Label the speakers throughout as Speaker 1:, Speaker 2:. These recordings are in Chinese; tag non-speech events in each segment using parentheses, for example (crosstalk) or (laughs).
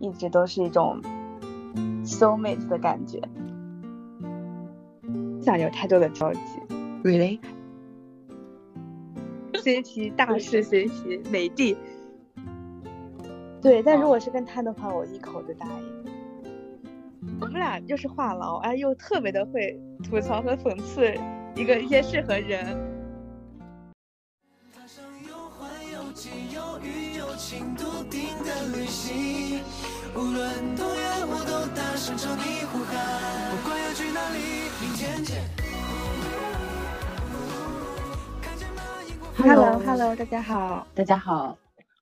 Speaker 1: 一直都是一种 soul mate 的感觉，不想有太多的交集。
Speaker 2: Really？
Speaker 3: 学习大师，学习美帝。
Speaker 1: 对，但如果是跟他的话，我一口就答应。
Speaker 3: 我们俩又是话痨，哎，又特别的会吐槽和讽刺一个一些事和人。
Speaker 4: 踏上又欢又急又雨又晴笃定的旅行，无论多远，我都大声朝你呼喊，不管要去哪里，明天见。看见那萤火
Speaker 3: Hello Hello，大家好，
Speaker 2: 大家好，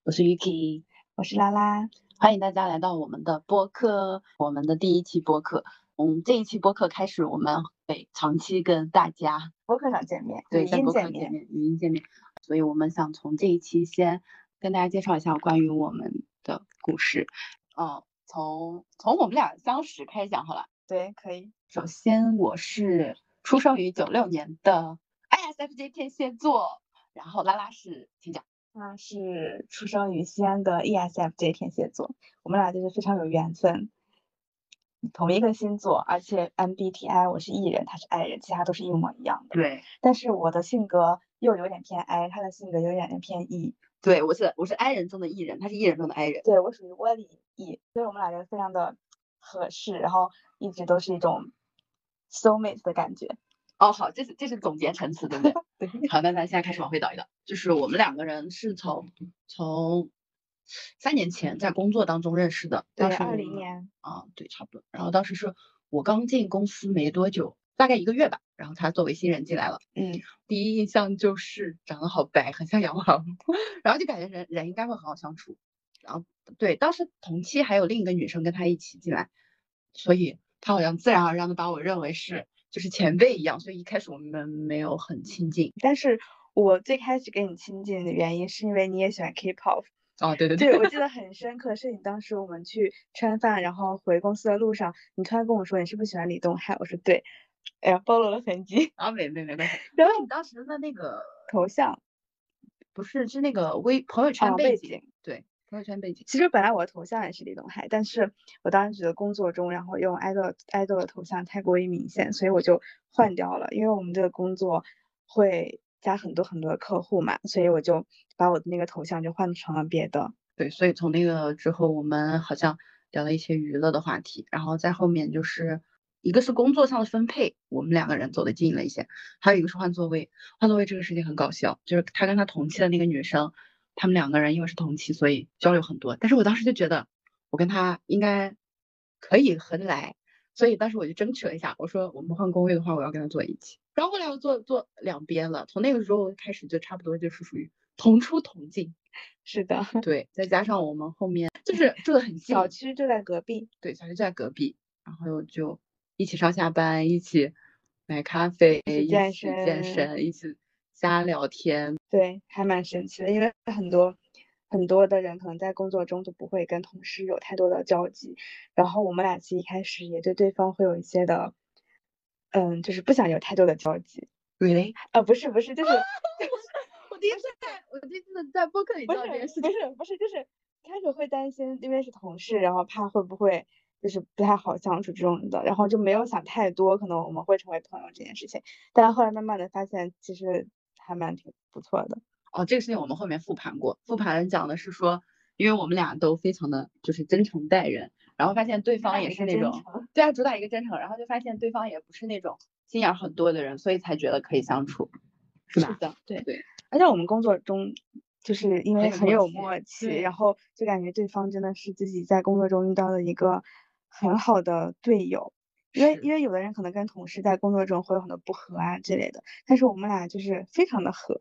Speaker 2: 我是 Yuki，
Speaker 1: 我是拉拉，
Speaker 2: 欢迎大家来到我们的播客，我们的第一期播客。嗯，这一期播客开始，我们会长期跟大家
Speaker 1: 播客上见面，
Speaker 2: 对
Speaker 1: 语
Speaker 2: 在
Speaker 1: 音
Speaker 2: 播客
Speaker 1: 见
Speaker 2: 见
Speaker 1: 面。
Speaker 2: 面，语音见面。所以我们想从这一期先跟大家介绍一下关于我们的故事。嗯，从从我们俩相识开始讲好了。
Speaker 1: 对，可以。
Speaker 2: 首先，我是出生于九六年的 ISFJ 天蝎座，然后拉拉是，请讲。
Speaker 1: 他是出生于西安的 E ESFJ 天蝎座，我们俩就是非常有缘分，同一个星座，而且 MBTI 我是 E 人，他是 I 人，其他都是一模一样的。
Speaker 2: 对，
Speaker 1: 但是我的性格又有点偏 I，他的性格有点偏 E，
Speaker 2: 对我是我是 I 人中的 E 人，他是 E 人中的 I 人。
Speaker 1: 对我属于窝里 E，所以我们俩就非常的合适，然后一直都是一种 soul mate 的感觉。
Speaker 2: 哦，好，这是这是总结陈词，对不对？
Speaker 1: 对，
Speaker 2: 好，那咱现在开始往回倒一倒，就是我们两个人是从从三年前在工作当中认识的，当
Speaker 1: 对，
Speaker 2: 时我
Speaker 1: 二零
Speaker 2: 们
Speaker 1: 年，
Speaker 2: 啊，对，差不多。然后当时是我刚进公司没多久，大概一个月吧，然后他作为新人进来了。
Speaker 1: 嗯，
Speaker 2: 第一印象就是长得好白，很像杨洋， (laughs) 然后就感觉人人应该会很好相处。然后对，当时同期还有另一个女生跟他一起进来，所以他好像自然而然的把我认为是就是前辈一样，所以一开始我们没有很亲近。
Speaker 1: 但是我最开始跟你亲近的原因是因为你也喜欢 K-pop，
Speaker 2: 哦， (laughs) 对对
Speaker 1: 对，我记得很深刻，是你当时我们去吃完饭，然后回公司的路上，你突然跟我说你是不是喜欢李东海，我说对，哎呀，暴露了痕迹，
Speaker 2: 啊，没没没关系。
Speaker 1: 然
Speaker 2: 因为
Speaker 1: 后
Speaker 2: 你当时的那个
Speaker 1: 头像
Speaker 2: 不是是那个微朋友圈
Speaker 1: 啊
Speaker 2: 背
Speaker 1: 背
Speaker 2: 景，
Speaker 1: 景。
Speaker 2: 对，朋友圈背景。
Speaker 1: 其实本来我的头像也是李东海，但是我当时觉得工作中，然后用 idol idol 的头像太过于明显，所以我就换掉了。因为我们这个工作会加很多很多的客户嘛，所以我就把我的那个头像就换成了别的。
Speaker 2: 对，所以从那个之后，我们好像聊了一些娱乐的话题，然后在后面就是一个是工作上的分配，我们两个人走得近了一些，还有一个是换座位。换座位这个事情很搞笑，就是他跟他同期的那个女生，他们两个人因为是同期，所以交流很多。但是我当时就觉得我跟他应该可以合得来，所以当时我就争取了一下，我说我们换工位的话，我要跟他坐一起。然后后来我坐坐两边了，从那个时候开始就差不多就是属于同出同进。
Speaker 1: 是的，
Speaker 2: 对，再加上我们后面就是住的很近，
Speaker 1: 小区就在隔壁。
Speaker 2: 对，小区就在隔壁，然后就一起上下班，一起买咖啡，
Speaker 1: 一起
Speaker 2: 一
Speaker 1: 健
Speaker 2: 起健
Speaker 1: 身
Speaker 2: 身，一起瞎聊天。
Speaker 1: 对，还蛮神奇的，因为很多很多的人可能在工作中都不会跟同事有太多的交集，然后我们俩其实一开始也对对方会有一些的，嗯，就是不想有太多的交集。
Speaker 2: Really？
Speaker 1: 啊，不是不
Speaker 2: (laughs)
Speaker 1: 是，就是
Speaker 2: 我第一次在，我第一次在播客里
Speaker 1: 不
Speaker 2: 知
Speaker 1: 是
Speaker 2: 道这件事
Speaker 1: 不
Speaker 2: 情。
Speaker 1: 是不是，就是开始会担心，因为是同事，然后怕会不会就是不太好相处这种的，然后就没有想太多，可能我们会成为朋友这件事情。但是后来慢慢的发现，其实还蛮挺不错的。
Speaker 2: 哦，这个事情我们后面复盘过，复盘讲的是说，因为我们俩都非常的就是真诚待人，然后发现对方也是那种，对啊，主打一个真诚，然后就发现对方也不是那种心眼儿很多的人，所以才觉得可以相处，是吧？
Speaker 1: 的，对
Speaker 2: 对。
Speaker 1: 而且我们工作中，就是因为
Speaker 2: 很
Speaker 1: 很
Speaker 2: 有
Speaker 1: 有
Speaker 2: 默
Speaker 1: 默契，
Speaker 2: 对
Speaker 1: 然后就感觉对方真的是自己在工作中遇到了一个很好的队友。因为
Speaker 2: 是
Speaker 1: 因为有的人可能跟同事在工作中会有很多不和啊之类的，但是我们俩就是非常的合。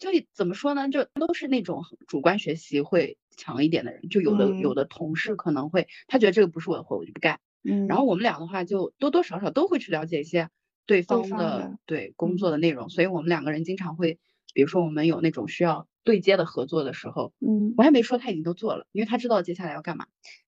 Speaker 2: 就怎么说呢？就都是那种很主观学习会强一点的人，就有的、
Speaker 1: 嗯
Speaker 2: 有的同事可能会，他觉得这个不是我的活，我就不干。
Speaker 1: 嗯
Speaker 2: 然后我们俩的话，就多多少少都会去了解一些对方的嗯
Speaker 1: 方的
Speaker 2: 对工作的内容，所以我们两个人经常会，比如说我们有那种需要对接的合作的时候，
Speaker 1: 嗯，
Speaker 2: 我还没说他已经都做了，因为他知道接下来要干嘛。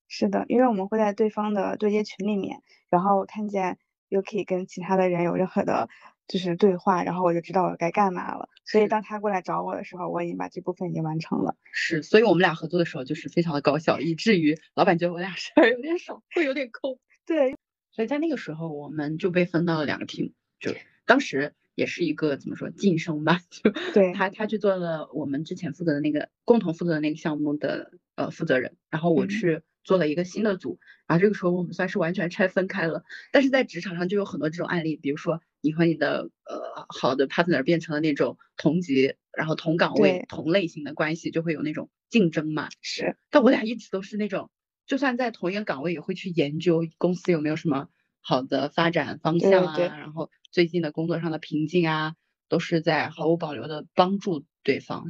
Speaker 1: 是的，因为我们会在对方的对接群里面，然后看见 Yuki 跟其他的人有任何的就是对话，然后我就知道我该干嘛了。所以
Speaker 2: 是
Speaker 1: 当他过来找我的时候，我已经把这部分已经完成了。
Speaker 2: 是，所以我们俩合作的时候就是非常的搞笑，以至于老板觉得我俩事儿有点少，会有点 (laughs) 空。
Speaker 1: 对，
Speaker 2: 所以在那个时候，我们就被分到了两个 team，就当时也是一个怎么说晋升吧， (laughs) 就
Speaker 1: 对
Speaker 2: 他他去做了我们之前负责的那个共同负责的那个项目的呃负责人，然后我
Speaker 1: 嗯
Speaker 2: 去做了一个新的组，然后这个时候我们算是完全拆分开了，但是在职场上就有很多这种案例，比如说你和你的呃好的 partner 变成了那种同级，然后同岗位
Speaker 1: 对、
Speaker 2: 同类型的关系，就会有那种竞争嘛，
Speaker 1: 是，
Speaker 2: 但我俩一直都是那种，就算在同一个岗位，也会去研究公司有没有什么好的发展方
Speaker 1: 对
Speaker 2: 向啊，
Speaker 1: 嗯对
Speaker 2: 然后最近的工作上的瓶颈啊，都是在毫无保留的帮助对方。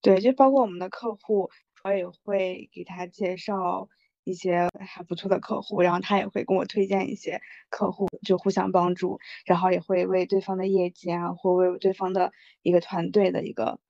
Speaker 1: 对，就包括我们的客户，我也会给他介绍一些还不错的客户，然后他也会跟我推荐一些客户，就互相帮助，然后也会为对方的业绩啊，或为对方的一个团队的一个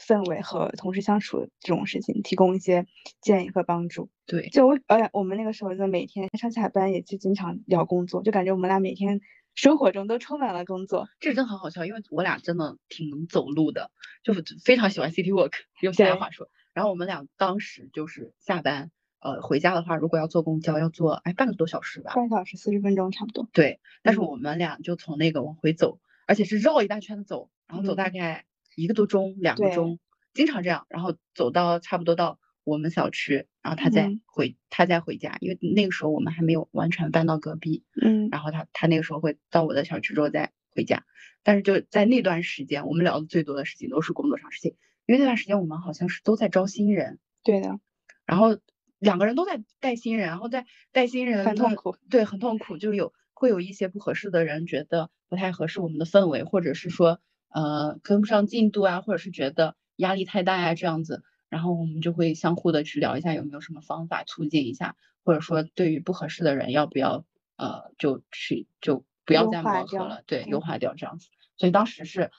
Speaker 1: 氛围和同事相处这种事情提供一些建议和帮助。
Speaker 2: 对，
Speaker 1: 就我，而且我们那个时候就每天上下班也就经常聊工作，就感觉我们俩每天生活中都充满了工作。
Speaker 2: 这真很好笑，因为我俩真的挺能走路的，就非常喜欢 city walk，用 (laughs) 现在
Speaker 1: 对
Speaker 2: 话说。然后我们俩当时就是下班，呃，回家的话，如果要坐公交，要坐哎半个多小时吧，
Speaker 1: 半小时四十分钟差不多。
Speaker 2: 对，但是
Speaker 1: 嗯
Speaker 2: 我们俩就从那个往回走，而且是绕一大圈的走，然后走大概一个多钟、两
Speaker 1: 嗯
Speaker 2: 个
Speaker 1: 对
Speaker 2: 钟，经常这样，然后走到差不多到我们小区，然后他再
Speaker 1: 嗯
Speaker 2: 回、他再回家，因为那个时候我们还没有完全搬到隔壁，
Speaker 1: 嗯，
Speaker 2: 然后他他那个时候会到我的小区之后再回家，但是就在那段时间，我们聊的最多的事情都是工作上的事情，因为那段时间我们好像是都在招新人，
Speaker 1: 对的，
Speaker 2: 然后两个人都在带新人，然后在带新人
Speaker 1: 很痛
Speaker 2: 那
Speaker 1: 苦，
Speaker 2: 对，很痛苦，就有会有一些不合适的人觉得不太合适我们的氛围，或者是说呃跟不上进度啊，或者是觉得压力太大呀、这样子，然后我们就会相互的去聊一下有没有什么方法促进一下，或者说对于不合适的人要不要呃就去就不要
Speaker 1: 优
Speaker 2: 再
Speaker 1: 化
Speaker 2: 磨合
Speaker 1: 掉嗯
Speaker 2: 了，对，
Speaker 1: 对
Speaker 2: 优化掉这样子，所以当时是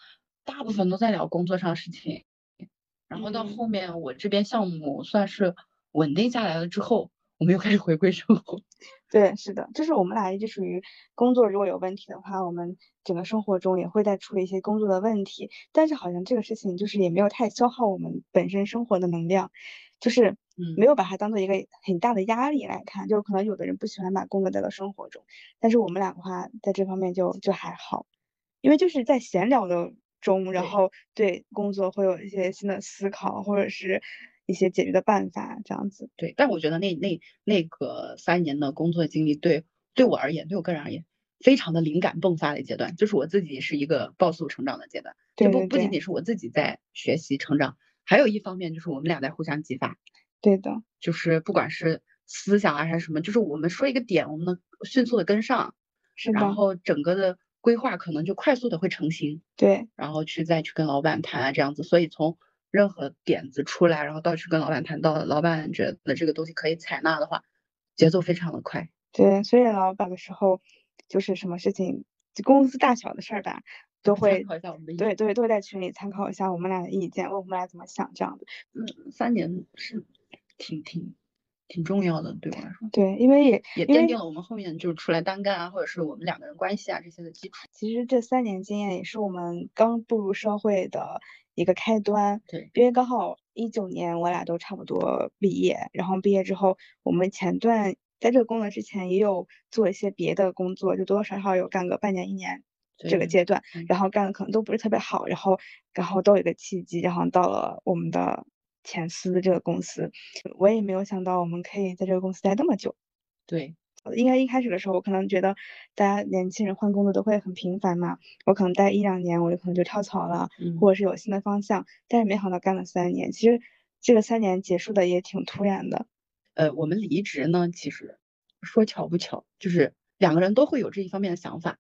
Speaker 2: 大部分都在聊工作上的事情。然后到
Speaker 1: 嗯
Speaker 2: 后面我这边项目算是稳定下来了之后，我们又开始回归生活。
Speaker 1: 对，是的，就是我们俩一直属于工作如果有问题的话，我们整个生活中也会在处理一些工作的问题，但是好像这个事情就是也没有太消耗我们本身生活的能量，就是
Speaker 2: 嗯
Speaker 1: 没有把它当做一个很大的压力来看，就可能有的人不喜欢把工作带到生活中，但是我们俩的话在这方面就就还好，因为就是在闲聊的中，然
Speaker 2: 对
Speaker 1: 后对工作会有一些新的思考或者是一些解决的办法这样子，
Speaker 2: 对，但我觉得那那那个三年的工作经历对对我而言，对我个人而言，非常的灵感迸发的阶段，就是我自己是一个爆速成长的阶段。
Speaker 1: 对
Speaker 2: 这
Speaker 1: 对
Speaker 2: 不不
Speaker 1: 对
Speaker 2: 仅，仅是我自己在学习成长，还有一方面就是我们俩在互相激发，
Speaker 1: 对的，
Speaker 2: 就是不管是思想啊还是什么，就是我们说一个点，我们能迅速的跟上，
Speaker 1: 是的，
Speaker 2: 然后整个的规划可能就快速的会成型。
Speaker 1: 对。
Speaker 2: 然后去再去跟老板谈啊，这样子。所以从任何点子出来，然后到去跟老板谈，到老板觉得这个东西可以采纳的话，节奏非常的快。
Speaker 1: 对，所以老板的时候，就是什么事情，就公司大小的事儿吧，都
Speaker 2: 参
Speaker 1: 会
Speaker 2: 考一下我们的意
Speaker 1: 对对都会在群里参考一下我们俩的意见，问我们俩怎么想这样子。
Speaker 2: 嗯，三年是挺挺挺重要的，对我来说
Speaker 1: 对，因为也
Speaker 2: 也
Speaker 1: 因
Speaker 2: 奠
Speaker 1: 为
Speaker 2: 定了我们后面就是出来单干啊，或者是我们两个人关系啊这些的基础。
Speaker 1: 其实这三年经验也是我们刚步入社会的一个开端，
Speaker 2: 对，
Speaker 1: 因为刚好一九年我俩都差不多毕业，然后毕业之后，我们前段在这个工作之前也有做一些别的工作，就多多少少有干个半年一年这个
Speaker 2: 对
Speaker 1: 阶段
Speaker 2: 嗯，
Speaker 1: 然后干的可能都不是特别好，然后然后都有一个契机，然后到了我们的前司这个公司，我也没有想到我们可以在这个公司待那么久。
Speaker 2: 对，
Speaker 1: 应该一开始的时候，我可能觉得大家年轻人换工作都会很频繁嘛，我可能待一两年，我就可能就跳槽了，
Speaker 2: 嗯，
Speaker 1: 或者是有新的方向。但是没想到干了三年，其实这个三年结束的也挺突然的。
Speaker 2: 呃，我们离职呢，其实说巧不巧，就是两个人都会有这一方面的想法，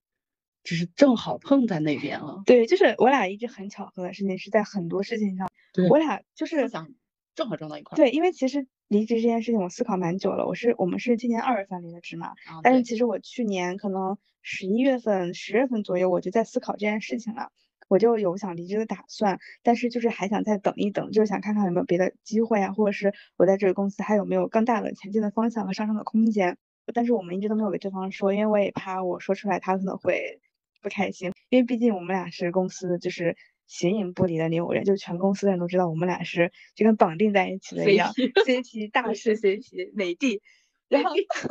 Speaker 2: 只是正好碰在那边了。
Speaker 1: 对，就是我俩一直很巧合的事情是在很多事情上，
Speaker 2: 对
Speaker 1: 我俩就
Speaker 2: 思
Speaker 1: 是
Speaker 2: 想正好撞到一块儿。
Speaker 1: 对，因为其实离职这件事情我思考蛮久了。我是我们是今年二月份离的职嘛，
Speaker 2: 啊，
Speaker 1: 但是
Speaker 2: 对
Speaker 1: 其实我去年可能十一月份、十月份左右，我就在思考这件事情了，我就有想离职的打算，但是就是还想再等一等，就是想看看有没有别的机会啊，或者是我在这个公司还有没有更大的前进的方向和上升的空间。但是我们一直都没有给对方说，因为我也怕我说出来他可能会不开心，因为毕竟我们俩是公司就是形影不离的领舞人，就全公司的人都知道我们俩是就跟绑定在一起的一样，CP 大师 CP 美帝，然后 (laughs)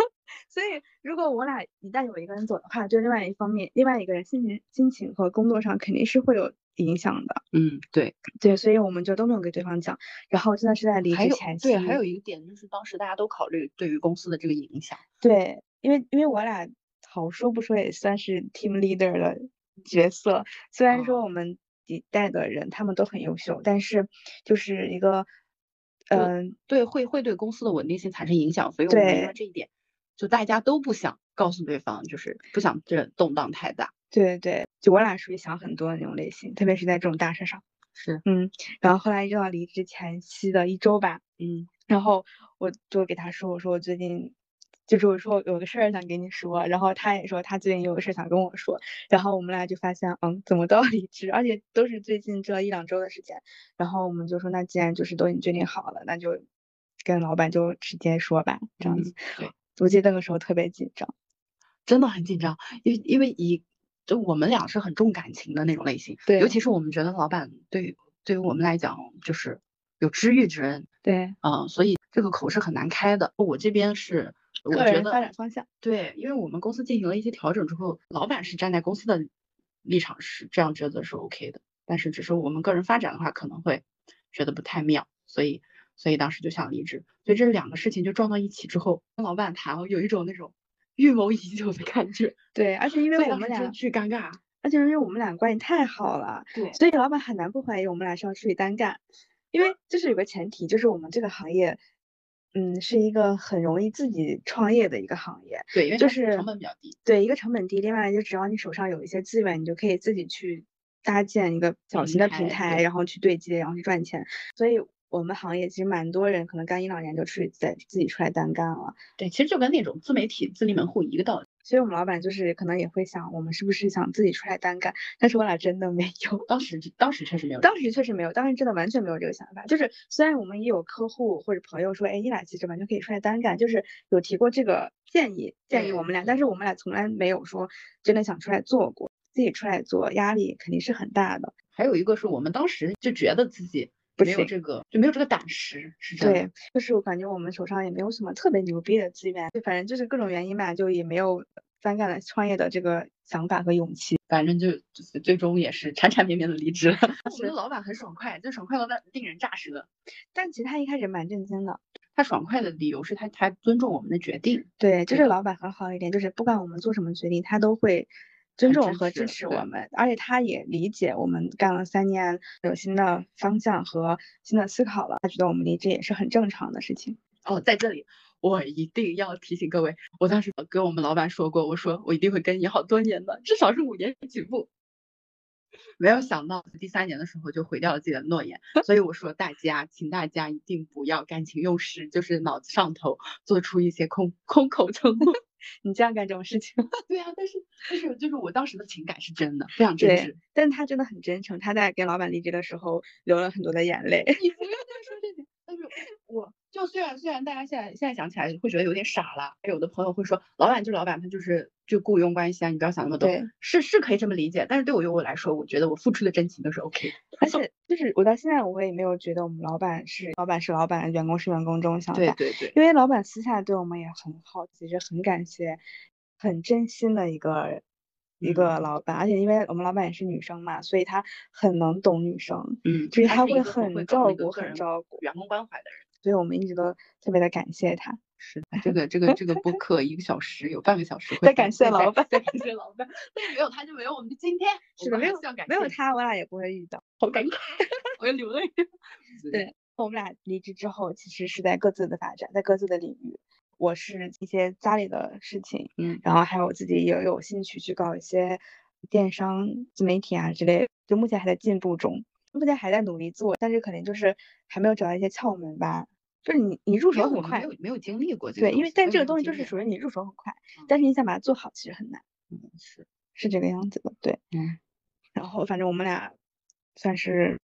Speaker 1: 所以如果我俩一旦有一个人走的话，对另外一方面另外一个人心情心情和工作上肯定是会有影响的，
Speaker 2: 嗯，对，
Speaker 1: 对，所以我们就都没有给对方讲，然后真的是在离
Speaker 2: 还
Speaker 1: 职
Speaker 2: 有
Speaker 1: 前夕，
Speaker 2: 对，还有一个点就是当时大家都考虑对于公司的这个影响，
Speaker 1: 对，因为因为我俩好说不说也算是 team leader 的角色，虽然说
Speaker 2: 哦
Speaker 1: 我们一带的人他们都很优秀，但是就是一个，
Speaker 2: 就
Speaker 1: 嗯、
Speaker 2: 对，会会对公司的稳定性产生影响，所以我们因
Speaker 1: 对
Speaker 2: 为这一点，就大家都不想告诉对方，就是不想这动荡太大，
Speaker 1: 对对对，就我俩属于想很多的那种类型，特别是在这种大事上。
Speaker 2: 是，
Speaker 1: 嗯，然后后来就到离职前夕的一周吧，
Speaker 2: 嗯，
Speaker 1: 然后我就给他说，我说我最近就是我说有个事儿想跟你说，然后他也说他最近有个事儿想跟我说，然后我们俩就发现，嗯，怎么都要离职，而且都是最近这一两周的时间，然后我们就说，那既然就是都已经决定好了，那就跟老板就直接说吧，这样
Speaker 2: 嗯
Speaker 1: 子。
Speaker 2: 对，
Speaker 1: 我记得那个时候特别紧张，
Speaker 2: 真的很紧张，因为因为以就我们俩是很重感情的那种类型，
Speaker 1: 对
Speaker 2: 尤其是我们觉得老板对对于我们来讲就是有知遇之恩，
Speaker 1: 对，
Speaker 2: 啊、所以这个口是很难开的。我这边是我
Speaker 1: 个
Speaker 2: 觉
Speaker 1: 人发
Speaker 2: 得
Speaker 1: 展方向，
Speaker 2: 对，因为我们公司进行了一些调整之后，老板是站在公司的立场是这样觉得是 OK 的，但是只是我们个人发展的话，可能会觉得不太妙，所以所以当时就想离职，所以这两个事情就撞到一起之后，跟老板谈，我有一种那种 (laughs) 预谋已久的感觉，
Speaker 1: 对，而且因
Speaker 2: 所
Speaker 1: 为我
Speaker 2: 以当
Speaker 1: 们
Speaker 2: 时真
Speaker 1: 俩，
Speaker 2: 巨尴尬，
Speaker 1: 而且因为我们俩关系太好了，
Speaker 2: 对
Speaker 1: 所以老板很难不怀疑我们俩是要出去单干，因为就是有个前提，就是我们这个行业，嗯，是一个很容易自己创业的一个行业。
Speaker 2: 对，因为
Speaker 1: 就
Speaker 2: 它
Speaker 1: 是
Speaker 2: 成本比较低，
Speaker 1: 对，一个成本低，另外就只要你手上有一些资源，你就可以自己去搭建一个小
Speaker 2: 平
Speaker 1: 型的平
Speaker 2: 台
Speaker 1: 台，
Speaker 2: 对
Speaker 1: 然后去对接，然后去赚钱。所以我们行业其实蛮多人可能干一两年就出去在自己出来单干了。
Speaker 2: 对，其实就跟那种自媒体自立门户一个道理，
Speaker 1: 所以我们老板就是可能也会想，我们是不是想自己出来单干？但是我俩真的没有。
Speaker 2: 当时当时确实没有这个，
Speaker 1: 当时确实没有，当时真的完全没有这个想法。就是虽然我们也有客户或者朋友说，哎，你俩其实完全可以出来单干，就是有提过这个建议，建议我们俩，但是我们俩从来没有说真的想出来做过，自己出来做压力肯定是很大的。
Speaker 2: 还有一个是我们当时就觉得自己
Speaker 1: 不
Speaker 2: 没有
Speaker 1: 行
Speaker 2: 这个，就没有这个胆识，是这样
Speaker 1: 对，就是我感觉我们手上也没有什么特别牛逼的资源，反正就是各种原因吧，就也没有单干的创业的这个想法和勇气。
Speaker 2: 反正就最最终也是缠缠绵绵的离职了。 (laughs) 我
Speaker 1: 是
Speaker 2: 们的老板很爽快，就爽快到让令人咋舌。
Speaker 1: 但其实他一开始蛮震惊的，
Speaker 2: 他爽快的理由是他他尊重我们的决定，
Speaker 1: 对，就
Speaker 2: 对
Speaker 1: 是老板很好一点，就是不管我们做什么决定，他都会尊
Speaker 2: 很
Speaker 1: 重
Speaker 2: 支
Speaker 1: 和支
Speaker 2: 持
Speaker 1: 持
Speaker 2: 对
Speaker 1: 我们，而且他也理解我们干了三年，有新的方向和新的思考了，他觉得我们离职也是很正常的事情。
Speaker 2: 哦，在这里我一定要提醒各位，我当时跟我们老板说过，我说我一定会跟你好多年的，至少是五年起步。没有想到第三年的时候就毁掉了自己的诺言，所以我说大家，请大家一定不要感情用事，就是脑子上头，做出一些空空口承诺。
Speaker 1: 你这样干这种事情，
Speaker 2: 对啊，但是但是就是我当时的情感是真的，非常真
Speaker 1: 对
Speaker 2: 挚。，
Speaker 1: 但他真的很真诚，他在跟老板离职的时候流了很多的眼泪。
Speaker 2: 你不要再说这点。但是我就虽然虽然大家现在现在想起来会觉得有点傻了，有的朋友会说老板就是老板，他就是就雇佣关系啊，你不要想那么多
Speaker 1: 对。
Speaker 2: 是是可以这么理解，但是对我于我来说，我觉得我付出的真情都是 OK 的。
Speaker 1: 而且就是我到现在我也没有觉得我们老板是老板是老板，员工是员工这种想法，
Speaker 2: 对对，
Speaker 1: 因为老板私下对我们也很好，其实很感谢，很真心的一个一个
Speaker 2: 嗯
Speaker 1: 老板，而且因为我们老板也是女生嘛，所以她很能懂女生，
Speaker 2: (laughs) 嗯，
Speaker 1: 就是
Speaker 2: 他
Speaker 1: 他
Speaker 2: 是一
Speaker 1: 会
Speaker 2: 个
Speaker 1: 很
Speaker 2: 会
Speaker 1: 照
Speaker 2: 搞那个
Speaker 1: 顾
Speaker 2: 个
Speaker 1: 很
Speaker 2: 人
Speaker 1: 照顾
Speaker 2: 员工关怀的人。
Speaker 1: 所以我们一直都特别的感谢她。
Speaker 2: 是这个这个这个播客一个小时有半个小时会
Speaker 1: 在
Speaker 2: 分
Speaker 1: 感谢
Speaker 2: 在
Speaker 1: 老板
Speaker 2: 在感谢老板，但是没有他就没有我们的今天。
Speaker 1: 是的，
Speaker 2: 我们
Speaker 1: 没
Speaker 2: 还
Speaker 1: 有
Speaker 2: 是要感
Speaker 1: 没有
Speaker 2: 谢
Speaker 1: 她，我俩也不会遇到。
Speaker 2: 好尴尬，我要流泪。
Speaker 1: (laughs) 对我们俩离职之后，其实是在各自的发展，在各自的领域。我是一些家里的事情，
Speaker 2: 嗯
Speaker 1: 然后还有我自己也有兴趣去搞一些电商、自媒体啊之类的，就目前还在进步中，目前还在努力做，但是可能就是还没有找到一些窍门吧。就是你你入
Speaker 2: 因为
Speaker 1: 手很
Speaker 2: 我们没
Speaker 1: 快
Speaker 2: 有，没有经历过这个
Speaker 1: 对，
Speaker 2: 东西，
Speaker 1: 因为但
Speaker 2: 没
Speaker 1: 这
Speaker 2: 有
Speaker 1: 个东西就
Speaker 2: 经
Speaker 1: 是
Speaker 2: 验
Speaker 1: 属于你入手很快，
Speaker 2: 嗯
Speaker 1: 但是你想把它做好其实很难，
Speaker 2: 嗯是
Speaker 1: 是这个样子的，对。
Speaker 2: 嗯
Speaker 1: 然后反正我们俩算是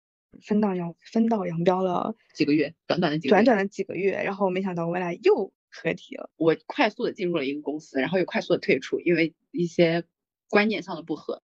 Speaker 1: 分道扬分道扬镳了
Speaker 2: 几个月，短短的几个月，
Speaker 1: 短短的几个月，然后没想到我们俩又合体了。
Speaker 2: 我快速的进入了一个公司，然后又快速的退出，因为一些观念上的不合。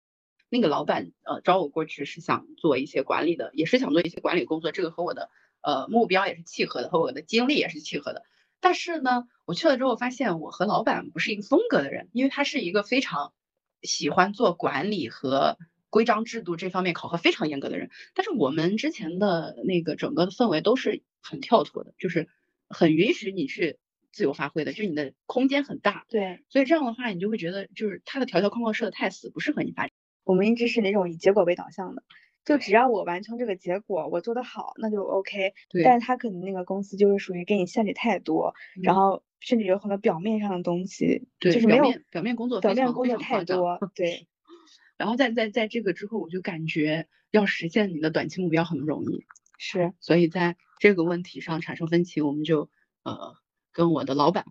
Speaker 2: 那个老板呃招我过去是想做一些管理的，也是想做一些管理工作，这个和我的呃目标也是契合的，和我的经历也是契合的。但是呢，我去了之后发现我和老板不是一个风格的人，因为他是一个非常喜欢做管理和规章制度这方面考核非常严格的人。但是我们之前的那个整个的氛围都是很跳脱的，就是很允许你去自由发挥的，就是你的空间很大。
Speaker 1: 对
Speaker 2: 所以这样的话，你就会觉得就是他的条条框框设的太死，不适合你发展。
Speaker 1: 我们一直是那种以结果为导向的，就
Speaker 2: 对
Speaker 1: 只要我完成这个结果，我做得好，那就 OK。
Speaker 2: 对
Speaker 1: 但是他可能那个公司就是属于给你限制太多，然
Speaker 2: 嗯
Speaker 1: 后甚至有很多表面上的东西，
Speaker 2: 对
Speaker 1: 就是没
Speaker 2: 表
Speaker 1: 有
Speaker 2: 面表面工作
Speaker 1: 表
Speaker 2: 非
Speaker 1: 面
Speaker 2: 常
Speaker 1: 工
Speaker 2: 非
Speaker 1: 作
Speaker 2: 常
Speaker 1: 太
Speaker 2: 夸张
Speaker 1: 多，对
Speaker 2: (laughs) 然后在在在这个之后，我就感觉要实现你的短期目标很不容易，
Speaker 1: 是。
Speaker 2: 所以在这个问题上产生分歧，我们就呃跟我的老板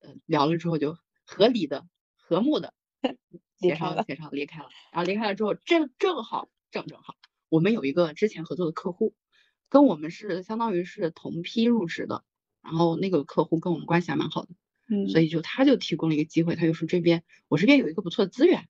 Speaker 2: 呃聊了之后，就合理的、和睦的
Speaker 1: 离
Speaker 2: 协
Speaker 1: 开
Speaker 2: 商
Speaker 1: 了
Speaker 2: 协商离开了。然后离开了之后，正正好正正好，我们有一个之前合作的客户，跟我们是相当于是同批入职的，然后那个客户跟我们关系还蛮好的。
Speaker 1: 嗯，
Speaker 2: 所以就他就提供了一个机会，他就说这边我这边有一个不错的资源，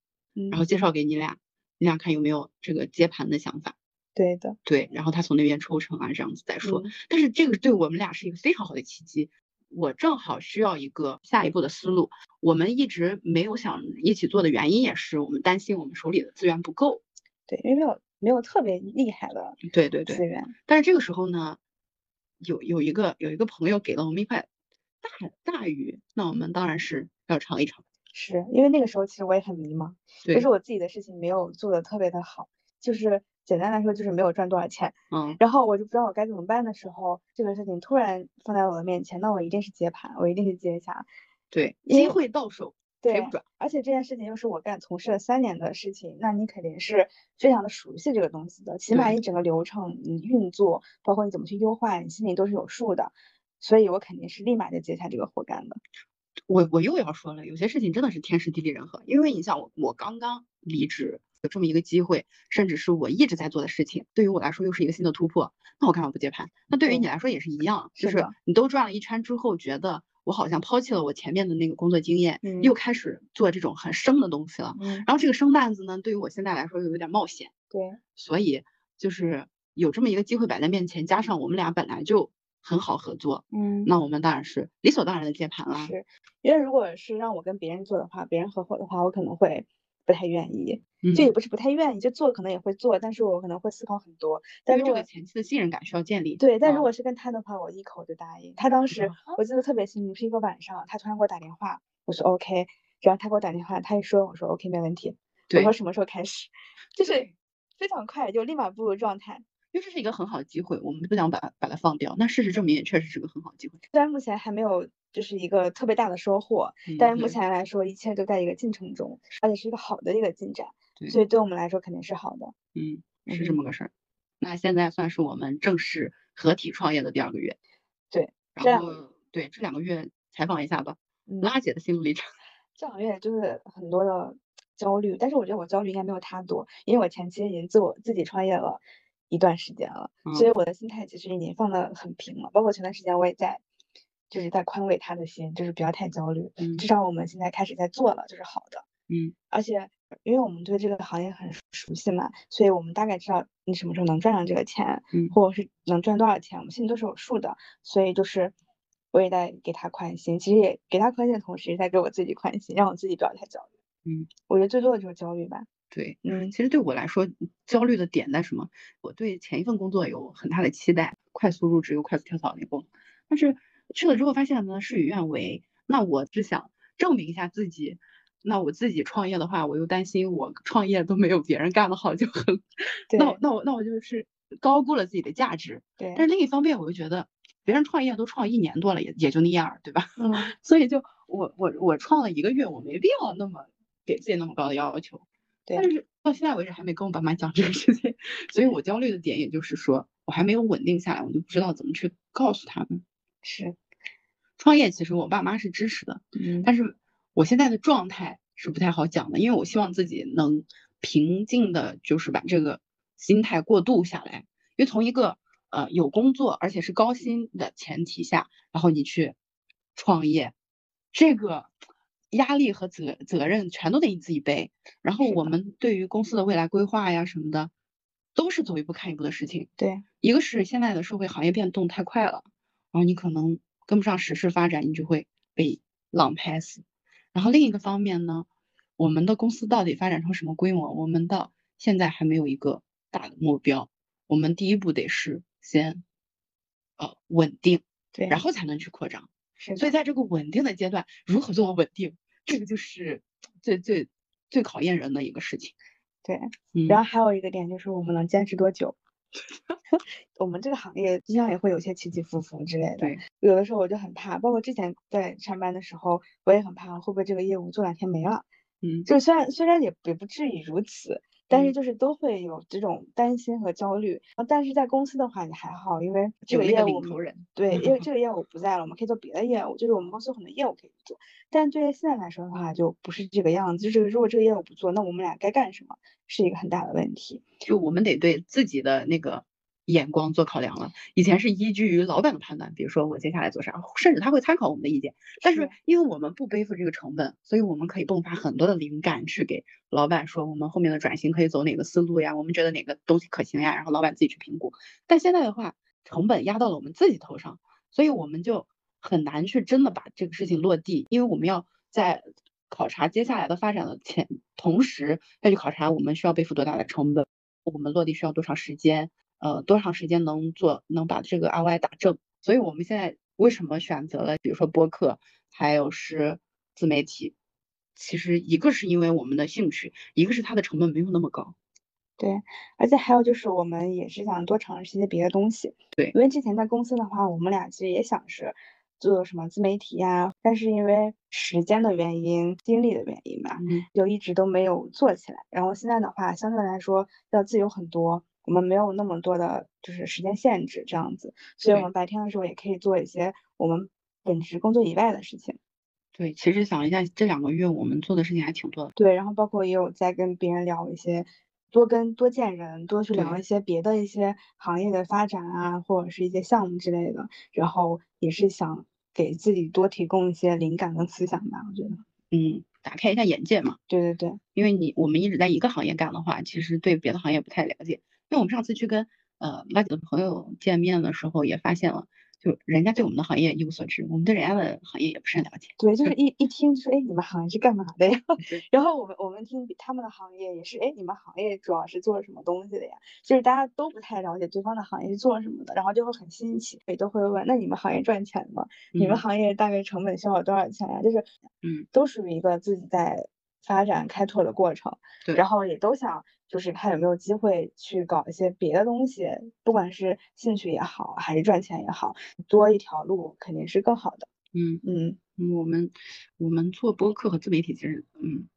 Speaker 2: 然后
Speaker 1: 嗯，
Speaker 2: 介绍给你俩，你俩看有没有这个接盘的想法。
Speaker 1: 对的，
Speaker 2: 对，然后他从那边抽成啊，这样子再说。
Speaker 1: 嗯
Speaker 2: 但是这个对我们俩是一个非常好的契机，我正好需要一个下一步的思路。我们一直没有想一起做的原因也是我们担心我们手里的资源不够。嗯
Speaker 1: 对，因为没有没有特别厉害的
Speaker 2: 对对对
Speaker 1: 资，源，
Speaker 2: 但是这个时候呢，有有一个有一个朋友给了我们一块大大鱼，那我们当然是要尝一尝。
Speaker 1: 是因为那个时候其实我也很迷茫，
Speaker 2: 对，
Speaker 1: 就是我自己的事情没有做的特别的好，就是简单来说就是没有赚多少钱，
Speaker 2: 嗯，
Speaker 1: 然后我就不知道我该怎么办的时候，这个事情突然放在我的面前，那我一定是接盘，我一定是接下，
Speaker 2: 对，
Speaker 1: 因
Speaker 2: 机
Speaker 1: 为
Speaker 2: 会到手，谁
Speaker 1: 对
Speaker 2: 不，嗯抓？
Speaker 1: 而且这件事情又是我干从事了三年的事情，那你肯定是非常的熟悉这个东西的，起码
Speaker 2: 对
Speaker 1: 你整个流程、你运作，包括你怎么去优化，你心里都是有数的。所以我肯定是立马就接下这个活干的。
Speaker 2: 我我又要说了，有些事情真的是天时地利人和。因为你想我，我刚刚离职，有这么一个机会，甚至是我一直在做的事情，对于我来说又是一个新的突破，那我干嘛不接盘？那对于你
Speaker 1: 对
Speaker 2: 来说也是一样，就是是
Speaker 1: 的
Speaker 2: 你都转了一圈之后，觉得我好像抛弃了我前面的那个工作经验，又
Speaker 1: 嗯
Speaker 2: 开始做这种很生的东西了。
Speaker 1: 嗯，
Speaker 2: 然后这个生担子呢，对于我现在来说又有点冒险。
Speaker 1: 对，
Speaker 2: 所以就是有这么一个机会摆在面前，加上我们俩本来就很好合作，
Speaker 1: 嗯
Speaker 2: 那我们当然是理所当然的接盘啦。
Speaker 1: 是，因为如果是让我跟别人做的话，别人合伙的话，我可能会不太愿意，
Speaker 2: 嗯
Speaker 1: 就也不是不太愿意，就做可能也会做，但是我可能会思考很多。但
Speaker 2: 因
Speaker 1: 如
Speaker 2: 为这
Speaker 1: 果
Speaker 2: 个前期的信任感需要建立。
Speaker 1: 对，但
Speaker 2: 嗯
Speaker 1: 如果是跟他的话，我一口就答应。他当时
Speaker 2: 啊
Speaker 1: 我记得特别清楚，是一个晚上，他突然给我打电话，我说 OK，然后他给我打电话，他一说，我说 OK，没问题。我
Speaker 2: 对
Speaker 1: 说什么时候开始？就是
Speaker 2: 对
Speaker 1: 非常快，就立马步入状态。
Speaker 2: 因为这是一个很好的机会，我们不想把它把它放掉。那事实证明，也确实是个很好的机会。
Speaker 1: 虽然目前还没有就是一个特别大的收获，
Speaker 2: 嗯
Speaker 1: 但是目
Speaker 2: 对
Speaker 1: 前来说，一切都在一个进程中，而且是一个好的一个进展，
Speaker 2: 对
Speaker 1: 所以对我们来说肯定是好的。
Speaker 2: 嗯，是这么个事儿。那现在算是我们正式合体创业的第二个月。
Speaker 1: 对，这
Speaker 2: 然
Speaker 1: 两个
Speaker 2: 后对这两个月采访一下吧，
Speaker 1: 嗯，
Speaker 2: 拉姐的心路历程。
Speaker 1: 这两个月就是很多的焦虑，但是我觉得我焦虑应该没有他多，因为我前期已经自我自己创业了一段时间了，所以我的心态其实已经放得很平了。包括前段时间我也在，就是在宽慰他的心，就是不要太焦虑，
Speaker 2: 嗯
Speaker 1: 至少我们现在开始在做了，就是好的。
Speaker 2: 嗯
Speaker 1: 而且因为我们对这个行业很熟熟悉嘛，所以我们大概知道你什么时候能赚上这个钱，
Speaker 2: 嗯
Speaker 1: 或者是能赚多少钱，我们心里都是有数的。所以就是我也在给他宽心，其实也给他宽心的同时，也在给我自己宽心，让我自己不要太焦虑。
Speaker 2: 嗯，
Speaker 1: 我觉得最多的就是焦虑吧。
Speaker 2: 对。
Speaker 1: 嗯
Speaker 2: 其实对我来说，焦虑的点在什么？我对前一份工作有很大的期待，快速入职又快速跳槽那工，但是去了之后发现呢，事与愿违。那我只想证明一下自己。那我自己创业的话，我又担心我创业都没有别人干得好，就很
Speaker 1: (laughs) 对
Speaker 2: 那我那我那我就是高估了自己的价值。
Speaker 1: 对
Speaker 2: 但，是另一方面，我又觉得别人创业都创一年多了，也也就那样儿，对吧？ (laughs)
Speaker 1: 嗯，
Speaker 2: 所以就我我我创了一个月，我没必要那么给自己那么高的要求。
Speaker 1: 对
Speaker 2: 但是到现在为止还没跟我爸妈讲这个事情，所以我焦虑的点也就是说，我还没有稳定下来，我就不知道怎么去告诉他们。
Speaker 1: 是，
Speaker 2: 创业其实我爸妈是支持的，
Speaker 1: 嗯，
Speaker 2: 但是我现在的状态是不太好讲的，因为我希望自己能平静的，就是把这个心态过渡下来。因为从一个呃有工作而且是高薪的前提下，然后你去创业，这个压力和责责任全都得你自己背。然后
Speaker 1: 是
Speaker 2: 我
Speaker 1: 的
Speaker 2: 们对于公司的未来规划呀什么的，都是走一步看一步的事情。
Speaker 1: 对，
Speaker 2: 一个是现在的社会行业变动太快了，然后你可能跟不上时事发展，你就会被浪拍死。然后另一个方面呢，我们的公司到底发展成什么规模，我们到现在还没有一个大的目标。我们第一步得是先，呃，稳定，
Speaker 1: 对，
Speaker 2: 然后才能去扩张。
Speaker 1: 是
Speaker 2: 所以
Speaker 1: 的，
Speaker 2: 在这个稳定的阶段，如何做到稳定，这个就是最最最考验人的一个事情。
Speaker 1: 对。
Speaker 2: 嗯，
Speaker 1: 然后还有一个点就是我们能坚持多久。 (laughs) 我们这个行业经常也会有一些起起伏伏之类的，
Speaker 2: 对
Speaker 1: 有的时候我就很怕，包括之前在上班的时候，我也很怕会不会这个业务做两天没了。
Speaker 2: 嗯，
Speaker 1: 就虽然虽然也也不至于如此，但是
Speaker 2: 嗯
Speaker 1: 就是都会有这种担心和焦虑。啊但是在公司的话，你还好，因为这
Speaker 2: 有
Speaker 1: 个
Speaker 2: 那
Speaker 1: 业
Speaker 2: 个
Speaker 1: 务
Speaker 2: 领
Speaker 1: 我
Speaker 2: 头
Speaker 1: 们
Speaker 2: 人，
Speaker 1: 对，因为这个业务不在了，我们可以做别的业务，就是我们公司有很多业务可以做。但对于现在来说的话，就不是这个样子。就是如果这个业务不做，那我们俩该干什么，是一个很大的问题。
Speaker 2: 就我们得对自己的那个眼光做考量了。以前是依据于老板的判断，比如说我接下来做啥，甚至他会参考我们的意见。但是
Speaker 1: 是
Speaker 2: 因为我们不背负这个成本，所以我们可以迸发很多的灵感去给老板说，我们后面的转型可以走哪个思路呀？我们觉得哪个东西可行呀？然后老板自己去评估。但现在的话，成本压到了我们自己头上，所以我们就很难去真的把这个事情落地，因为我们要在考察接下来的发展的前，同时要去考察我们需要背负多大的成本，我们落地需要多长时间，呃，多长时间能做能把这个 ROI 打正。所以我们现在为什么选择了比如说播客，还有是自媒体？其实一个是因为我们的兴趣，一个是它的成本没有那么高。
Speaker 1: 对，而且还有就是，我们也是想多尝试一些别的东西。
Speaker 2: 对
Speaker 1: 因为之前在公司的话，我们俩其实也想是做什么自媒体呀，但是因为时间的原因、精力的原因吧，
Speaker 2: 嗯，
Speaker 1: 就一直都没有做起来。然后现在的话，相对来说要自由很多，我们没有那么多的就是时间限制这样子，所以我
Speaker 2: 对
Speaker 1: 们白天的时候也可以做一些我们本职工作以外的事情。
Speaker 2: 对，其实想一下，这两个月我们做的事情还挺多的。
Speaker 1: 对，然后包括也有在跟别人聊一些，多跟多见人，多去聊
Speaker 2: 对
Speaker 1: 一些别的一些行业的发展啊，或者是一些项目之类的，然后也是想给自己多提供一些灵感跟思想吧，我觉得。
Speaker 2: 嗯，打开一下眼界嘛。
Speaker 1: 对对对，
Speaker 2: 因为你我们一直在一个行业干的话，其实对别的行业不太了解。因为我们上次去跟呃外地的朋友见面的时候，也发现了，就人家对我们的行业一无所知，我们对人家的行业也不是很了解。
Speaker 1: 对，就是一一听就是，哎，你们行业是干嘛的呀？
Speaker 2: (laughs) 对
Speaker 1: (laughs) 然后我们我们听比他们的行业也是，哎，你们行业主要是做什么东西的呀？就是大家都不太了解对方的行业是做什么的，然后就会很新奇，也都会问，那你们行业赚钱吗？你们
Speaker 2: 嗯
Speaker 1: 行业大概成本需要多少钱呀、就是，
Speaker 2: 嗯，
Speaker 1: 都属于一个自己在发展开拓的过程，
Speaker 2: 对
Speaker 1: 然后也都想就是看有没有机会去搞一些别的东西，不管是兴趣也好，还是赚钱也好，多一条路肯定是更好的。
Speaker 2: 嗯，
Speaker 1: 嗯，
Speaker 2: 嗯我们我们做播客和自媒体，其实嗯，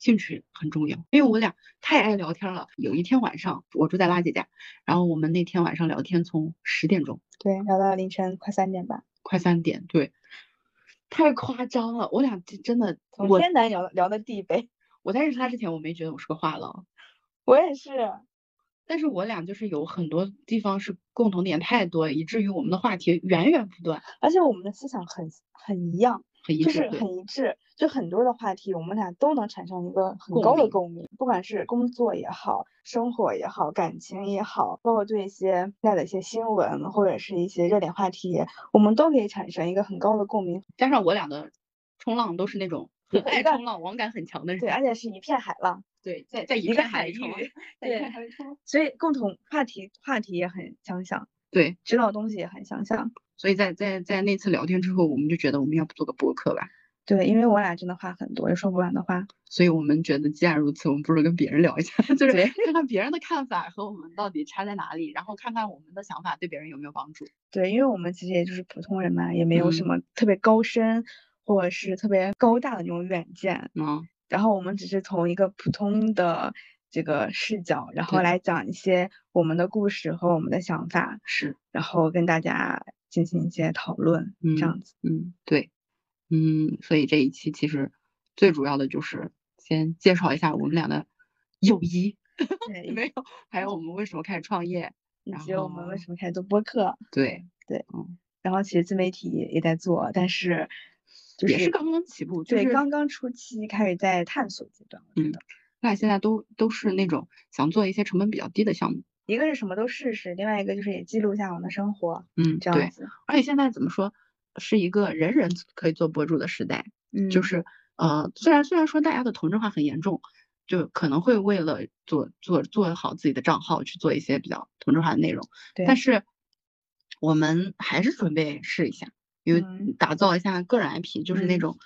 Speaker 2: 兴趣很重要，因为我俩太爱聊天了。有一天晚上，我住在拉姐家，然后我们那天晚上聊天从十点钟
Speaker 1: 对，聊到凌晨快三点吧，
Speaker 2: 快三点，对，太夸张了。我俩这真的，
Speaker 1: 从
Speaker 2: 我
Speaker 1: 天南聊到聊到地北，
Speaker 2: 我在认识他之前，我没觉得我是个话痨，
Speaker 1: 我也是，
Speaker 2: 但是我俩就是有很多地方是共同点太多，以至于我们的话题源源不断，
Speaker 1: 而且我们的思想很很一样。
Speaker 2: 很一
Speaker 1: 就
Speaker 2: 致。
Speaker 1: 是
Speaker 2: 对
Speaker 1: 很一致，就很多的话题，我们俩都能产生一个很
Speaker 2: 共
Speaker 1: 高的
Speaker 2: 鸣
Speaker 1: 共鸣，不管是工作也好，生活也好，感情也好，包括对一些现在的一些新闻或者是一些热点话题，我们都可以产生一个很高的共鸣。
Speaker 2: 加上我俩的冲浪都是那种很
Speaker 1: 对
Speaker 2: 爱
Speaker 1: 一个
Speaker 2: 冲浪、网感很强的人，
Speaker 1: 对，而且是一片海浪，
Speaker 2: 对，在在一
Speaker 1: 一个
Speaker 2: 片海
Speaker 1: 海
Speaker 2: 里
Speaker 1: 域
Speaker 2: 冲浪，， (laughs) 在一
Speaker 1: 对
Speaker 2: 片海里冲浪
Speaker 1: 所以共同话题话题也很相像，
Speaker 2: 对，
Speaker 1: 知道的东西也很相像。
Speaker 2: 所以在在在那次聊天之后，我们就觉得我们要不做个播客吧。
Speaker 1: 对，因为我俩真的话很多，也说不完的话。
Speaker 2: 所以我们觉得，既然如此，我们不如跟别人聊一下， (laughs) 就是
Speaker 1: 对
Speaker 2: 看看别人的看法和我们到底差在哪里，然后看看我们的想法对别人有没有帮助。
Speaker 1: 对，因为我们其实也就是普通人嘛，也没有什
Speaker 2: 嗯
Speaker 1: 么特别高深或者是特别高大的那种远见，
Speaker 2: 嗯，
Speaker 1: 然后我们只是从一个普通的这个视角，然后
Speaker 2: 对
Speaker 1: 来讲一些我们的故事和我们的想法，
Speaker 2: 是，
Speaker 1: 然后跟大家进行一些讨论，
Speaker 2: 嗯
Speaker 1: 这样子。
Speaker 2: 嗯，对，嗯，所以这一期其实最主要的就是先介绍一下我们俩的友谊， (laughs)
Speaker 1: 对，
Speaker 2: 没有，还有我们为什么开始创业。
Speaker 1: 以
Speaker 2: 然
Speaker 1: 及我们
Speaker 2: 后
Speaker 1: 为什么开始做播客，
Speaker 2: 对，
Speaker 1: (laughs) 对
Speaker 2: 嗯，
Speaker 1: 然后其实自媒体也在做，但是就
Speaker 2: 也是刚刚起步，就
Speaker 1: 对，
Speaker 2: 是
Speaker 1: 刚刚初期开始在探索阶段，我觉
Speaker 2: 嗯
Speaker 1: 得
Speaker 2: 他俩现在都都是那种想做一些成本比较低的项目。
Speaker 1: 一个是什么都试试，另外一个就是也记录一下我们的生活，
Speaker 2: 嗯，
Speaker 1: 这样
Speaker 2: 对。
Speaker 1: 子，
Speaker 2: 而且现在怎么说，是一个人人可以做博主的时代，
Speaker 1: 嗯，
Speaker 2: 就是呃，虽然虽然说大家的同质化很严重，就可能会为了做做做好自己的账号去做一些比较同质化的内容，
Speaker 1: 对，
Speaker 2: 但是我们还是准备试一下，因为
Speaker 1: 嗯
Speaker 2: 打造一下个人 IP，就是那
Speaker 1: 嗯
Speaker 2: 种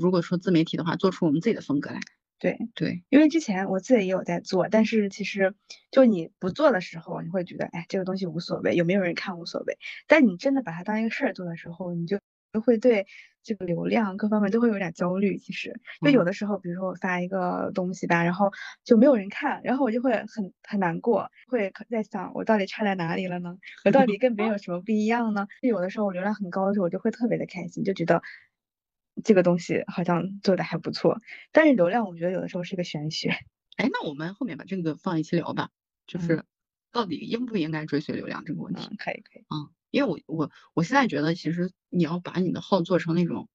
Speaker 2: 如果说自媒体的话，做出我们自己的风格来。
Speaker 1: 对，
Speaker 2: 对，
Speaker 1: 因为之前我自己也有在做，但是其实就你不做的时候，你会觉得，哎，这个东西无所谓，有没有人看无所谓。但你真的把它当一个事儿做的时候，你就就会对这个流量各方面都会有点焦虑。其实，就有
Speaker 2: 嗯
Speaker 1: 的时候，比如说我发一个东西吧，然后就没有人看，然后我就会很很难过，会可在想我到底差在哪里了呢？我到底跟别人有什么不一样呢？就有的时候我流量很高的时候，我就会特别的开心，就觉得。这个东西好像做的还不错，但是流量我觉得有的时候是个玄学。
Speaker 2: 哎，那我们后面把这个放一期聊吧，
Speaker 1: 嗯
Speaker 2: 就是到底应不应该追随流量这个问题。
Speaker 1: 嗯，可以可以，
Speaker 2: 嗯，因为我我我现在觉得，其实你要把你的号做成那种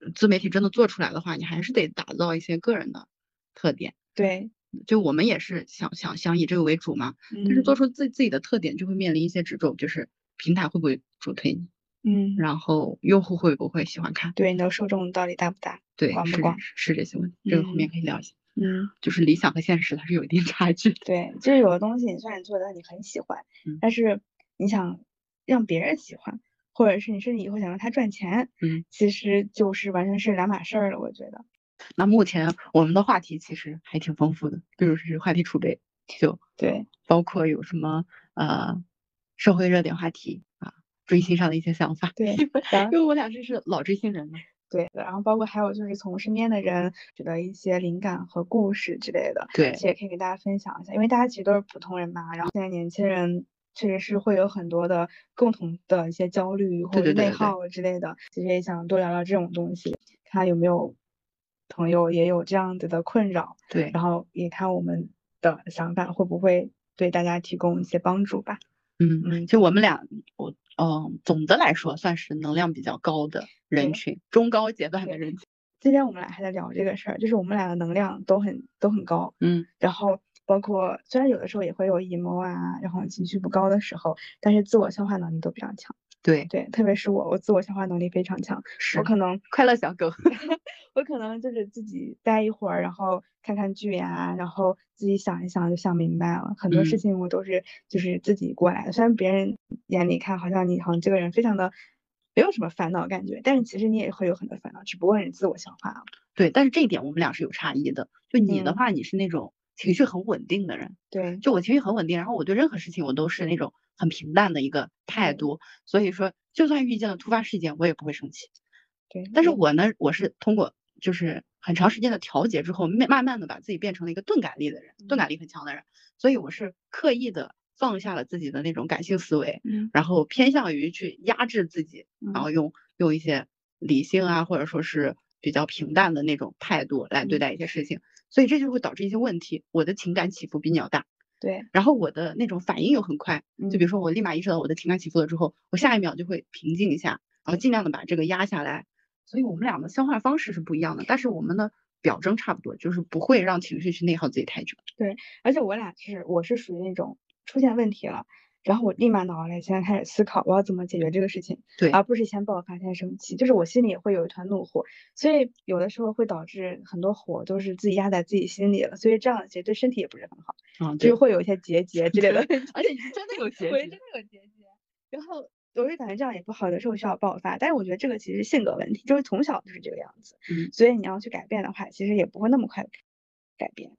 Speaker 2: 呃自媒体真的做出来的话，你还是得打造一些个人的特点。
Speaker 1: 对，
Speaker 2: 就我们也是想想想以这个为主嘛，
Speaker 1: 但
Speaker 2: 但是做出自己自己的特点，就会面临一些执着，就是平台会不会主推你，
Speaker 1: 嗯，
Speaker 2: 然后用户会不会喜欢看，
Speaker 1: 对你的受众到底大不大？
Speaker 2: 对，
Speaker 1: 管不
Speaker 2: 是这
Speaker 1: 管
Speaker 2: 是是这些问题，这个后面
Speaker 1: 嗯
Speaker 2: 可以聊一下。
Speaker 1: 嗯，
Speaker 2: 就是理想和现实它是有一定差距的。
Speaker 1: 对，就是有的东西，虽然你做的你很喜欢，
Speaker 2: 嗯
Speaker 1: 但是你想让别人喜欢，或者是你甚至以后想让他赚钱，
Speaker 2: 嗯，
Speaker 1: 其实就是完全是两码事儿了，我觉得。
Speaker 2: 那目前我们的话题其实还挺丰富的，比如是话题储备，就
Speaker 1: 对，
Speaker 2: 包括有什么呃社会热点话题啊，追星上的一些想法。 (laughs)
Speaker 1: 对
Speaker 2: 因为
Speaker 1: 然
Speaker 2: 因为我俩这是老追
Speaker 1: (laughs)
Speaker 2: 星人嘛。
Speaker 1: 对的，然后包括还有就是从身边的人取得一些灵感和故事之类的，
Speaker 2: 对
Speaker 1: 其实也可以给大家分享一下，因为大家其实都是普通人嘛，然后现在年轻人确实是会有很多的共同的一些焦虑或
Speaker 2: 对
Speaker 1: 者
Speaker 2: 对
Speaker 1: 内
Speaker 2: 对对对
Speaker 1: 耗之类的，其实也想多聊聊这种东西，看有没有朋友也有这样子的困扰，
Speaker 2: 对，
Speaker 1: 然后也看我们的想法会不会对大家提供一些帮助吧。
Speaker 2: 嗯，
Speaker 1: 嗯
Speaker 2: 就我们俩，我嗯、总的来说算是能量比较高的人
Speaker 1: 对
Speaker 2: 群，中高阶段的
Speaker 1: 对
Speaker 2: 人群。
Speaker 1: 今天我们俩还在聊这个事儿，就是我们俩的能量都很都很高，
Speaker 2: 嗯，
Speaker 1: 然后包括虽然有的时候也会有 emo 啊，然后情绪不高的时候，但是自我消化能力都比较强。
Speaker 2: 对，
Speaker 1: 对，特别是我，我自我消化能力非常强。
Speaker 2: 是
Speaker 1: 我可能
Speaker 2: 快乐小狗。
Speaker 1: 我可能就是自己待一会儿，然后看看剧呀、然后自己想一想就想明白了。很多事
Speaker 2: 嗯
Speaker 1: 情我都是就是自己过来的，虽然别人眼里看好像你好像这个人非常的。没有什么烦恼感觉，但是其实你也会有很多烦恼，只不过你自我消化了。
Speaker 2: 对，但是这一点我们俩是有差异的。就你的
Speaker 1: 嗯
Speaker 2: 话，你是那种情绪很稳定的人，
Speaker 1: 对，
Speaker 2: 就我情绪很稳定，然后我对任何事情我都是那种很平淡的一个态
Speaker 1: 对
Speaker 2: 度，所以说就算遇见了突发事件，我也不会生气。
Speaker 1: 对。
Speaker 2: 但是我呢，我是通过就是很长时间的调节之后，慢慢慢的把自己变成了一个钝感力的人，钝感力很强的人，所以我是刻意的放下了自己的那种感性思维，
Speaker 1: 嗯，
Speaker 2: 然后偏向于去压制自己，然
Speaker 1: 嗯
Speaker 2: 后用用一些理性啊，或者说是比较平淡的那种态度来对
Speaker 1: 嗯
Speaker 2: 待一些事情，所以这就会导致一些问题，我的情感起伏比你要大。
Speaker 1: 对，
Speaker 2: 然后我的那种反应又很快，就比如
Speaker 1: 嗯
Speaker 2: 说我立马意识到我的情感起伏了之后，我下一秒就会平静一下，然后尽量的把这个压下来。所以我们俩的消化方式是不一样的，但是我们的表征差不多，就是不会让情绪去内耗自己太久。
Speaker 1: 而且我俩是，我是属于那种出现问题了，然后我立马脑袋现在开始思考我要怎么解决这个事情，
Speaker 2: 对
Speaker 1: 而不是先爆发先生气，就是我心里也会有一团怒火，所以有的时候会导致很多火都是自己压在自己心里了，所以这样其实对身体也不是很好，
Speaker 2: 啊，
Speaker 1: 就
Speaker 2: 对，
Speaker 1: 是，会有一些结节之类的
Speaker 2: (laughs) 而且你是真 (laughs) 的有节
Speaker 1: 我是
Speaker 2: 制
Speaker 1: 真，的有结节，然后。我就感觉这样也不好，有的时候需要爆发，但是我觉得这个其实是性格问题，就是从小就是这个样子，
Speaker 2: 嗯
Speaker 1: 所以你要去改变的话，其实也不会那么快改变。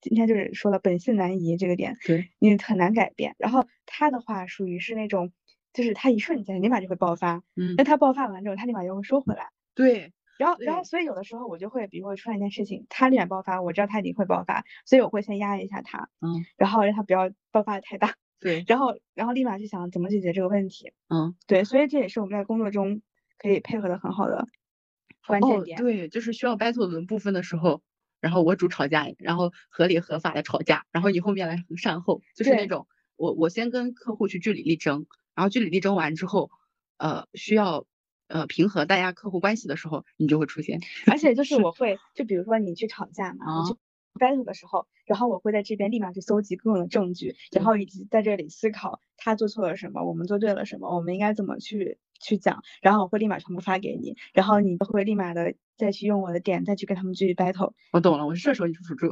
Speaker 1: 今天就是说了本性难移这个点，
Speaker 2: 对，
Speaker 1: 你很难改变。然后他的话属于是那种，就是他一瞬间立马就会爆发，
Speaker 2: 嗯
Speaker 1: 那，他爆发完之后，他立马又会收回来。
Speaker 2: 对，
Speaker 1: 然后，然后，
Speaker 2: 对
Speaker 1: 所以有的时候我就会，比如说出现一件事情，他立马爆发，我知道他一定会爆发，所以我会先压一下他，
Speaker 2: 嗯，
Speaker 1: 然后让他不要爆发的太大，
Speaker 2: 对，
Speaker 1: 然后，然后立马去想怎么去解决这个问题。
Speaker 2: 嗯，
Speaker 1: 对，所以这也是我们在工作中可以配合的很好的关键
Speaker 2: 哦，
Speaker 1: 点。
Speaker 2: 对，就是需要 battle 的部分的时候，然后我主吵架，然后合理合法的吵架，然后你后面来善后，就是那
Speaker 1: 对
Speaker 2: 种我我先跟客户去据理力争，然后据理力争完之后，呃，需要呃平和大家客户关系的时候，你就会出现。 (laughs)
Speaker 1: 而且就是我会，就比如说你去吵架嘛，
Speaker 2: 哦
Speaker 1: 你去 battle 的时候，然后我会在这边立马去搜集各种的证据，然后以及在这里思考他做错了什么，我们做对了什么，我们应该怎么去去讲，然后我会立马全部发给你，然后你会立马的再去用我的点再去跟他们继续 battle，
Speaker 2: 我懂了，我是这时候你辅助。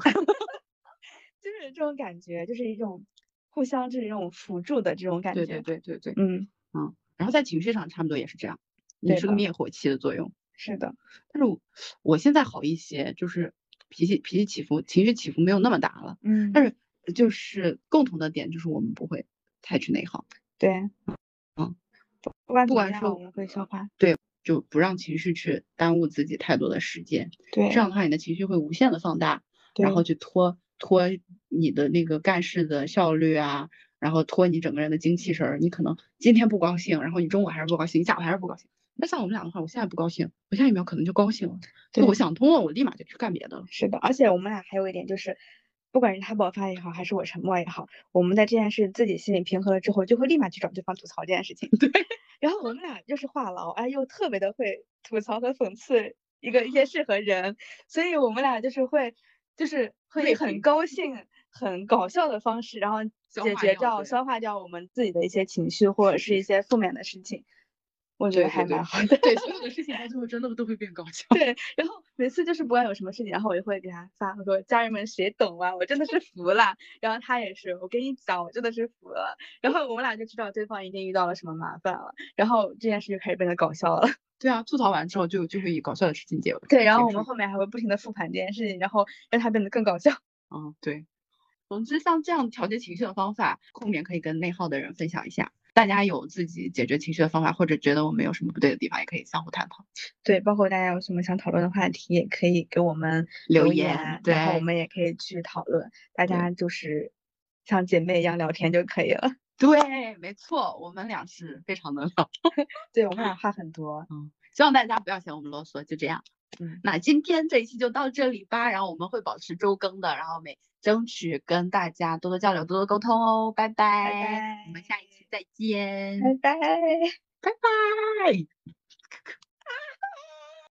Speaker 1: 就是这种感觉，就是一种互相这种辅助的这种感觉。
Speaker 2: (laughs) 对对对对对，
Speaker 1: 嗯，
Speaker 2: 嗯。然后在情绪上差不多也是这样，你
Speaker 1: 对
Speaker 2: 是个
Speaker 1: 的
Speaker 2: 灭火器的作用。
Speaker 1: 是的，
Speaker 2: 但是我我现在好一些，就是脾气脾气起伏、情绪起伏没有那么大了。
Speaker 1: 嗯，
Speaker 2: 但是就是共同的点就是我们不会太去内耗，
Speaker 1: 对，
Speaker 2: 嗯，
Speaker 1: 不管
Speaker 2: 不
Speaker 1: 怎么
Speaker 2: 管
Speaker 1: 样
Speaker 2: 是
Speaker 1: 我们会消化，
Speaker 2: 就不让情绪去耽误自己太多的时间。
Speaker 1: 对，
Speaker 2: 这样的话，你的情绪会无限的放大，
Speaker 1: 对
Speaker 2: 然后去拖拖你的那个干事的效率啊，然后拖你整个人的精气神儿。你可能今天不高兴，然后你中午还是不高兴，下午还是不高兴。那像我们俩的话，我现在不高兴，我下一秒可能就高兴了。就
Speaker 1: 对
Speaker 2: 我想通了，我立马就去干别的了。
Speaker 1: 是的，而且我们俩还有一点就是，不管是他爆发也好，还是我沉默也好，我们在这件事自己心里平和了之后，就会立马去找对方吐槽这件事情。 (laughs)
Speaker 2: 对，
Speaker 1: 然后我们俩又是话痨，哎，又特别的会吐槽和讽刺一个一些事和人，所以我们俩就是会，就是会以
Speaker 2: 为
Speaker 1: 很
Speaker 2: 平
Speaker 1: 高兴、很搞笑的方式，然后
Speaker 2: 消
Speaker 1: 解
Speaker 2: 化
Speaker 1: 决
Speaker 2: 掉
Speaker 1: 掉、
Speaker 2: 对
Speaker 1: 消化掉我们自己的一些情绪或者是一些负面的事情。我觉
Speaker 2: 对
Speaker 1: 得
Speaker 2: 对
Speaker 1: 还
Speaker 2: 对
Speaker 1: 蛮好的。
Speaker 2: 对，所有的事情到最后真的都会变高效。
Speaker 1: 对，然后每次就是不管有什么事情，然后我就会给他发，我说家人们谁懂啊，我真的是服了。然后他也是，我跟你讲，我真的是服了。然后我们俩就知道对方一定遇到了什么麻烦了，然后这件事就开始变得搞笑了。
Speaker 2: (laughs)
Speaker 1: (laughs)
Speaker 2: 对啊，吐槽完之后就就会以搞笑的事情结尾。
Speaker 1: 对，然后
Speaker 2: 结
Speaker 1: 我们
Speaker 2: 束
Speaker 1: 后面还会不停的复盘这件事情，然后让它变得更搞笑。
Speaker 2: 嗯，对。总之，像这样调节情绪的方法，后面可以跟内耗的人分享一下。大家有自己解决情绪的方法，或者觉得我们有什么不对的地方，也可以相互探讨。
Speaker 1: 对，包括大家有什么想讨论的话题，也可以给我们
Speaker 2: 留
Speaker 1: 留
Speaker 2: 言
Speaker 1: 然后我
Speaker 2: 对
Speaker 1: 们也可以去讨论。大
Speaker 2: 对
Speaker 1: 家就是像姐妹一样聊天就可以了。 (laughs)
Speaker 2: 对，没错，我们俩是非常能聊。
Speaker 1: 对我们俩话很多，
Speaker 2: 嗯，希望大家不要嫌我们啰嗦，就这样。
Speaker 1: 嗯，
Speaker 2: 那今天这一期就到这里吧，然后我们会保持周更的，然后每争取跟大家多多交流、多多沟通哦，拜拜，
Speaker 1: 拜
Speaker 2: 我们下一期再见，
Speaker 1: 拜拜。
Speaker 2: 拜拜。